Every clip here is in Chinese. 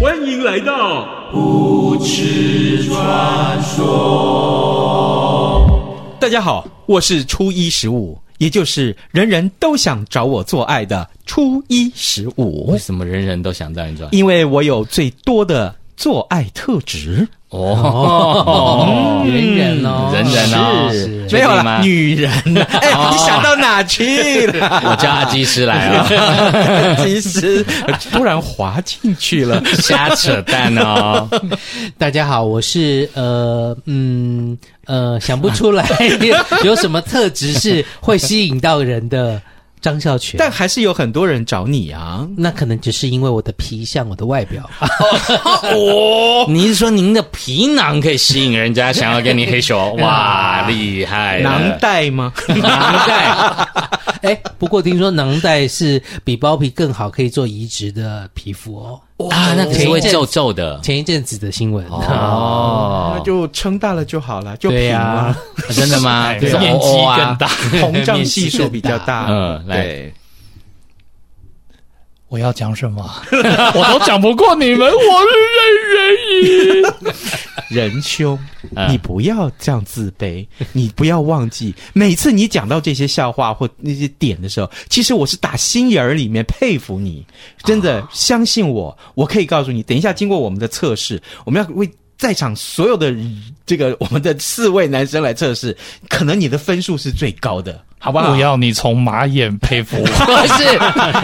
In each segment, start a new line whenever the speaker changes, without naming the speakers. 欢迎来到
大家好，我是初一十五，也就是人人都想找我做爱的初一十五
为，什么人人都想让你赚？
因为我有最多的做爱特质。
哦，
人人哦
人人哦，
是
确
没
定
有
吗
啦，女人啦，哎、你想到哪去了？
我叫阿基师来 啊了，
其实突然滑进去了。
瞎扯淡哦。
大家好，我是呃嗯呃想不 出来有什么特质是会吸引到人的张孝全，
但还是有很多人找你啊！
那可能只是因为我的皮相，我的外表。
哦，你是说您的皮囊可以吸引人家想要跟你黑手？哇，厉害了！
囊袋吗？
囊袋，哎，不过听说囊袋是比包皮更好，可以做移植的皮肤哦。
啊，那可是会皱皱的。
前一阵子的新
哦
闻，
那
哦，
就撑大了就好了，就
对
平
呀
了，
真的吗？
对啊
面积更大。
膨胀系数比较大。
嗯来
对
我要讲什么？我都讲不过你们，我是人人矣。
仁兄
嗯，
你不要这样自卑，你不要忘记，每次你讲到这些笑话或那些点的时候，其实我是打心眼儿里面佩服你，真的相信我，我可以告诉你，等一下经过我们的测试，我们要为。在场所有的这个我们的四位男生来测试，可能你的分数是最高的，好不好？
我要你从马眼 佩服我。
不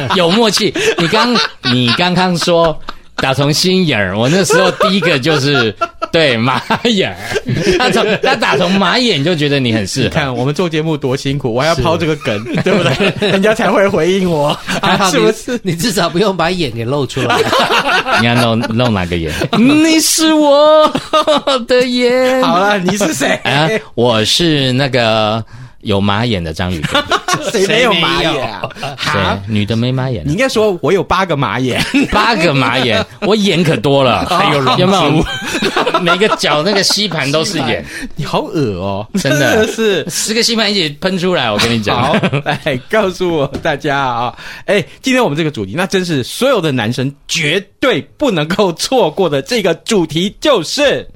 是有默契。你刚你刚刚说打从心眼儿，我那时候第一个就是对马眼儿，他从他打从马眼就觉得你很适
你
合。
看我们做节目多辛苦，我还要抛这个梗，对不对？人家才会回应我，
还好
啊、
你
是不是？ 哎
你至少不用把眼给 露出来。
你要弄弄哪个眼？ 你是我的 眼。
好了，你是谁？
啊，我是那个有马眼的章鱼 哥，
谁没有马眼啊？
对，女的没马眼啊
你，应该说我有八个马眼，
八个马眼，我眼可多了， 还有有没有？ 每个角那个吸盘都是眼，
你好恶哦，
真的
是。
十个吸盘一起喷出来，我跟你 讲。
好，来哎告诉我大家啊、哎，今天我们这个主题，那真是所有的男生绝对不能够错过的这个主题，就是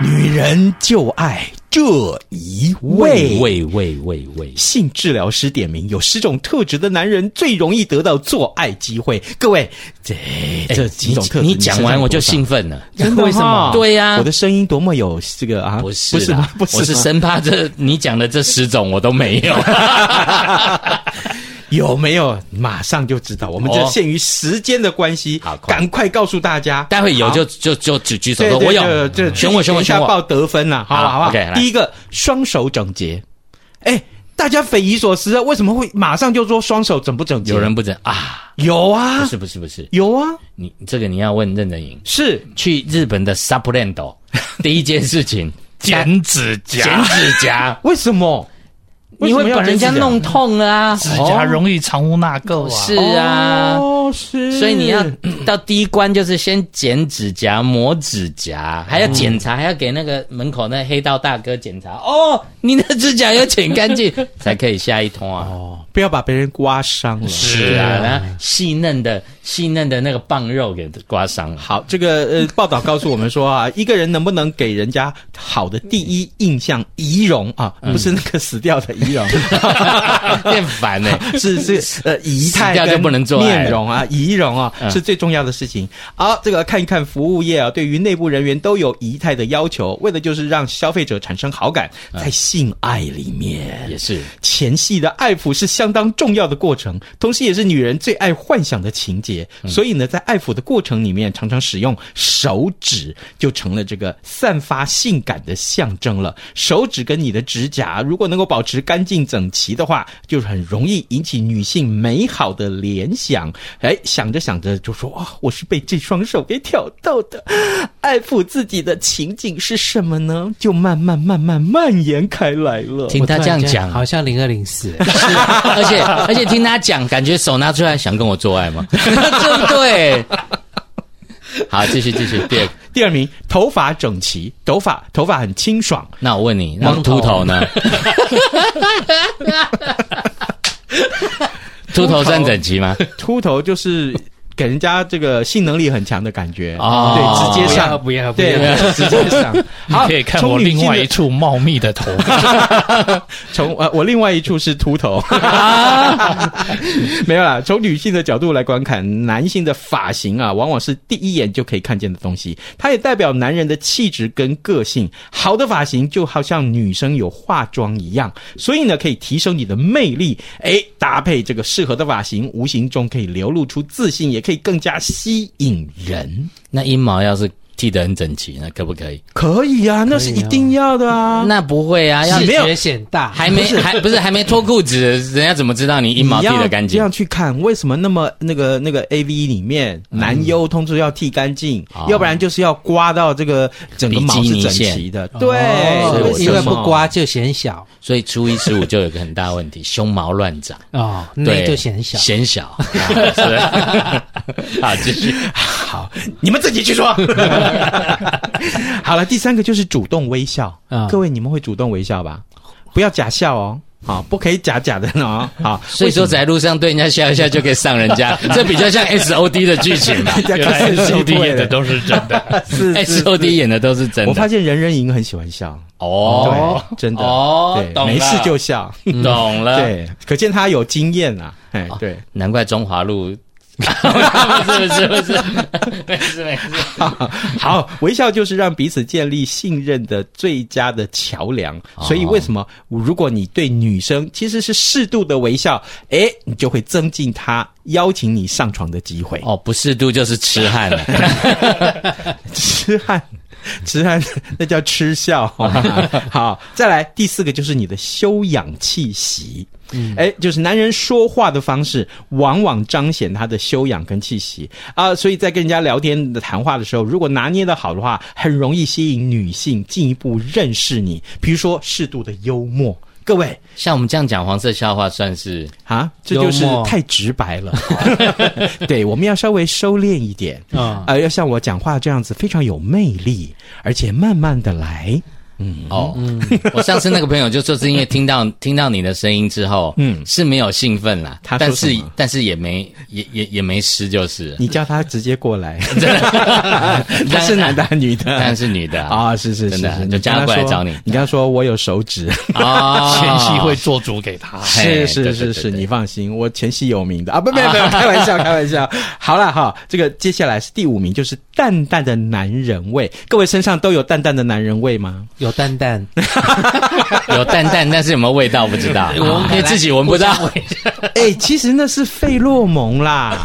女人就爱这一位。
喂喂喂喂！
性治疗师点名，有十种特质的男人最容易得到做爱机会。各位，这这几种特质
哎你
你
讲
身上
完
有
我就
多少
兴奋了。
真的
为什么
哈
对呀
我的声音多么有这个啊？
不是
不是
啦
吗？不是吗，
我是生怕这你讲的这十种我都没 有。
有没有？马上就知道，我们这
哦
限于时间的关系，
好快
赶快告诉大家。
待会有
好
就就就举举手
对
说，
对
我
对对
有，
对
选我选我
等一下
选我。
报得分了，好不
好
好不好
OK，来
第一个双手整洁，哎。大家匪夷所思啊！为什么会马上就说双手整不整洁？
有人不整啊？
有啊
不，是不是不是，
有啊，
你这个你要问任正莹。
是
去日本的 s u p l a n
，
d o 第一件事情
剪指
剪
甲，
指甲
为什么？
你
为什么
会
要
把人家
剪指甲
弄痛了啊！
指甲容易藏污纳垢啊。
是啊，
哦，是，
所以你要到第一关就是先剪指甲、磨指甲，还要检查，还要给那个门口那黑道大哥检查。哦，你的指甲要剪干净才可以下一通啊。
哦，不要把别人刮伤了。
是啊，然后细嫩的细嫩的那个棒肉给刮伤 啊了。
好，这个呃，报道告诉我们说啊， 一个人能不能给人家好的第一印象，仪容啊，
嗯
不是那个死掉的仪 容，
变烦呢、欸
是是 呃仪态
死掉就
跟
不能做爱
面容啊，仪容啊
嗯
是最重要的事情。好，这个看一看服务业啊，对于内部人员都有仪态的要求，为的就是让消费者产生好感，
嗯
在性爱里面。
也是
前戏的爱抚是相当重要的过程，同时也是女人最爱幻想的情节。所以呢，在爱抚的过程里面，常常使用手指就成了这个散发性感的象征了。手指跟你的指甲如果能够保持干净整齐的话，就是很容易引起女性美好的联想。哎，想着想着就说哇，我是被这双手给挑逗的。爱抚自己的情景是什么呢？就慢慢慢慢蔓延开来了。
听他这样讲，
好像零二零 四，
是，而且而且听他讲，感觉手拿出来想跟我做爱吗？ 对不对？好，继续继续。第二个，
第二名，头发整齐，头发头发很清爽，
那我问你，那
光头
秃头 呢？秃头算整齐吗？
秃头就是 给人家这个性能力很强的感觉
啊
哦
对，直接上，
不要不要
对
不要，，
直接 上。
你
好，
可以看我
从女
另
性
外
的
一处茂密的头发。
从呃，我另外一处是秃头，啊 没有啦。从女性的角度来观看，男性的发型啊，往往是第一眼就可以看见的东西，它也代表男人的气质跟个性。好的发型就好像女生有化妆一样，所以呢，可以提升你的魅力。哎，搭配这个适合的发型，无形中可以流露出自信，也可以更加吸引人。
那阴毛要是剃得很整齐，那可不可以？
可以啊，那是一定要的啊。
那不会啊，要
视
没有
觉显大，
还没还不是还没脱裤 子，人家怎么知道你阴毛剃得干
你
净
要？去看为什么那么那个那个 A V 里面男优通知要剃干净，
嗯哦
要不然就是要刮到这个整个毛是整齐的，对，
哦
所以我
因
就
为不刮就显小
所以初一十五就有一个很大问题，胸毛乱 长，
哦，
对，
那就显小。
显小， 啊 是好，继续。
好，你们自己去说。 好了，第三个就是主动微笑，
嗯
各位你们会主动微笑吧？不要假笑哦，好，不可以假假的哦，好，
所以说在路上对人家笑一下就可以上人 家，这比较像 S O D 的剧情 吧
大
原
家
来
开始
是
笑
D
对
演的
了，
都是真 的，
是是
？S
是
O D 演的都是哎真
我发
的
现人人影很喜欢笑，
哦，
对，真的，
哦
对，
懂了嗯
没事就笑，
懂了，
对，可见他有经验啊，哎，
哦
对。
难怪中华 路。不是不是不是，没事没事。
好，微笑就是让彼此建立信任的最佳的桥梁。
哦
所以为什么如果你对女生其实是适度的微笑，诶，你就会增进她邀请你上床的机会。
哦，不适度就是痴汉了。
痴汉。痴汉，那叫痴笑。好吗好，再来第四个就是你的修养气息。哎、就是男人说话的方式，往往彰显他的修养跟气息啊、所以在跟人家聊天的谈话的时候，如果拿捏的好的话，很容易吸引女性进一步认识你。比如说适度的幽默，各位
像我们这样讲黄色笑话，算是
啊，这就是
幽默
太直白了。 对，我们要稍微收敛一点。
啊，
呃，要像我讲话这样子，非常有魅力，而且慢慢的来。
哦，我上次那个朋友就说是因为听到听到你的声音之后，嗯，
嗯
是没有兴奋啦，
他说
但是
什么
但是也没也也也没湿就是了，
你叫他直接过 来，他是男的还是女的？
但是女的啊，
啊，是是是
真的
是，
就叫他
跟
过来
说
找你
你跟他说我有手指， 啊
哦
前戏会做主给他。
嘿
是
哎对
是
对
是
对
是，
对
你放心，我前戏有名的啊，不，没有没 有，开玩笑开玩笑。好了哈，这个接下来是第五名，就是淡淡的男人味。各位身上都有淡淡的男人味吗？
有蛋蛋，
有淡淡，但是有没有味道不知道，
我们
可以自己闻不到。
哎、其实那是费洛蒙啦，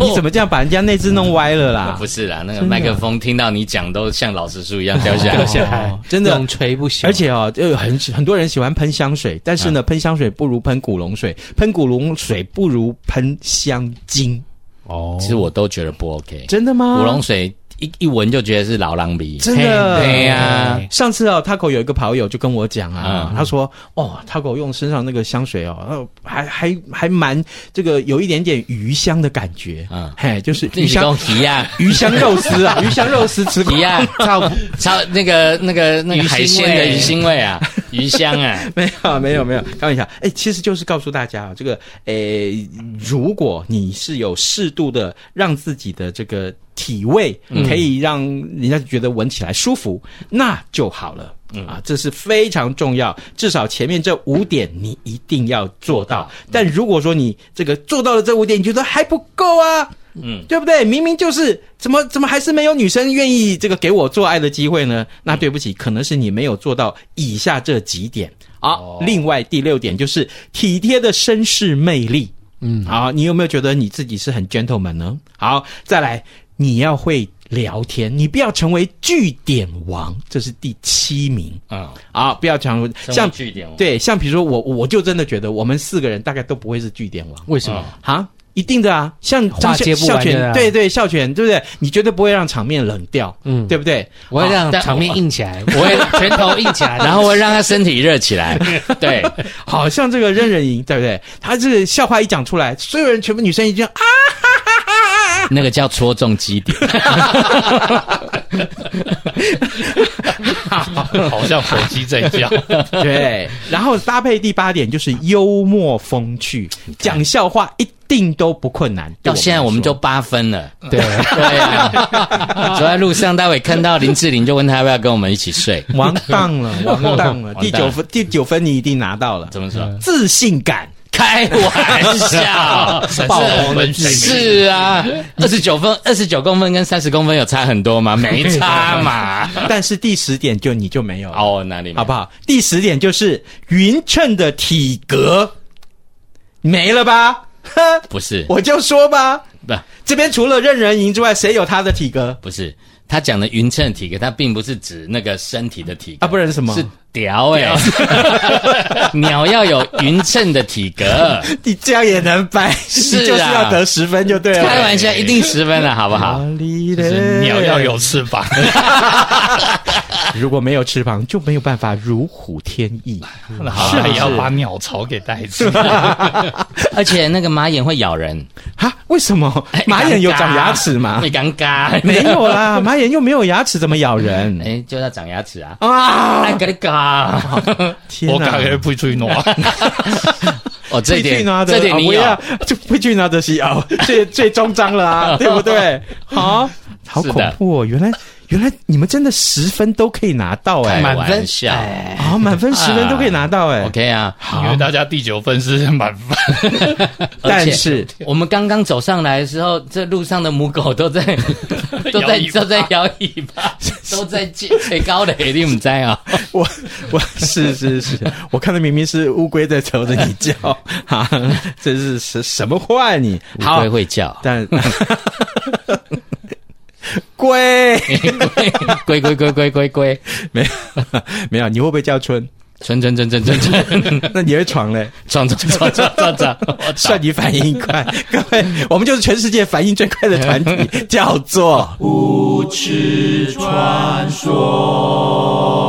你怎么这样把人家那只弄歪了啦
哎
啊
哦不？是啦，那个麦克风听到你讲都像老师树一样掉下 来，
哎
哦
真的
永垂不朽。
而且哦，就有很很多人喜欢喷香水，但
啊
是呢，喷香水不如喷古龙水，喷古龙水不如喷香精。
哦
其实我都觉得不 OK。
真的吗？
哎
啊
古龙水一一闻就觉得是老狼鼻，
真的
嘿对呀。
上次哦，Taco 有一个跑友就跟我讲啊，
嗯
他说哦，Taco 用身上那个香水哦，呃还还还蛮这个有一点点鱼香的感觉，
哎
嗯
嗯，嘿，就是
你
鱼
是
香
讲皮啊，
鱼香肉丝 啊，鱼香肉丝吃过
皮啊，
差不多
超那个那个那个海鲜的鱼腥味啊，鱼香啊，
没有没有没有，开玩笑。哎，其实就是告诉大家啊，这个，哎，如果你是有适度的让自己的这个体味可以让人家觉得闻起来舒服，那就好了。啊，这是非常重要，至少前面这五点你一定要做到。但如果说你这个做到了这五点，你觉得还不够啊，嗯，对不对？明明就是怎么怎么还是没有女生愿意这个给我做爱的机会呢？那对不起，可能是你没有做到以下这几点。好，另外第六点就是体贴的绅士魅力。嗯，好，你有没有觉得你自己是很 gentleman 呢？好，再来，你要会聊天，你不要成为据点王，这是第七名。
嗯，
啊，不要成为像
像据点王，
对，像比如说我，我就真的觉得我们四个人大概都不会是据点王
为什么？
啊，一定的啊，像
炸
黄
街不
孝
完的
全，
啊
对对，孝全，对不对？你绝对不会让场面冷掉，
嗯
对不对？
我要让
但
场面硬起来，
我
我要拳头硬起来，
然后我让他身体热起来，对，
好像这个任人赢，对不对？他这个笑话一讲出来，所有人全部女生一经啊，
那个叫戳中基点，
好像火鸡在 叫。
对，然后搭配第八点就是幽默风趣，讲笑话一定都不困难。对
到现在我们就八分了。
对，
对啊，走在路上，待会看到林志玲就问他要不要跟我们一起睡。
来说完蛋了，完蛋了，
完蛋
第九分，第九分你一定拿到了，
怎么说？
自信感。
开玩笑，
爆红的剧
是啊，二十九分，二十九公分跟三十公分有差很多 吗？没差嘛。
但是第十点就你就没有了，
哦，哪里没有？
好不好？第十点就是匀称的体格，没了吧？ 哼，
不是，
我就说吧，
不
这边除了任人赢之外，谁有他的体格
不是，他讲的匀称体格，他并不是指那个身体的体格
啊？不然是什么？
是屌哎、 鸟要有匀称的体格，
你这样也能掰，
是啊
你就是要得十分 就对啊了。
开玩笑，一定十分了，好不
哪
好？
里
就
的
是鸟要有，翅膀，
哎 如果没有翅膀就没有办法如虎添 翼。
好了，也要把鸟巢给带走。
而且那个马眼会咬人，哎
哈？为什么哎马眼有长牙齿吗
会？哎尴尬，
没有啦，马眼又没有牙齿，怎么咬人？
哎，就要长牙齿啊！
啊！
哎，跟你 讲，
天
我
哪！
感觉不去挪，
哦，这一
去
点
拿的，
这点你
啊不
有
要， 就不去拿的西哦， 最最终章了 啊，对不对？好，好
是的
恐怖哦！原来原来你们真的十分都可以拿到哎、
开
满
玩
分
笑
哎
啊，满分十分都可以拿到哎、
，OK 啊。
因为大家第九分是满分，
而
但
且
是
我们刚刚走上来的时候，这路上的母狗都 在都在
摇尾巴
都在摇尾巴，都在吹高雷，你们在啊？
我我是是是，我看的明明是乌龟在朝着你叫， 啊，这是什什么话、啊、你？ 好
会，会叫，
但龟
龟龟龟龟龟龟，
没有没有，你会不会叫春？
蠢蠢蠢蠢蠢蠢，
那你会闯嘞？
撞撞撞撞撞撞，我
算你反应快，各位，我们就是全世界反应最快的团体，叫做
传说。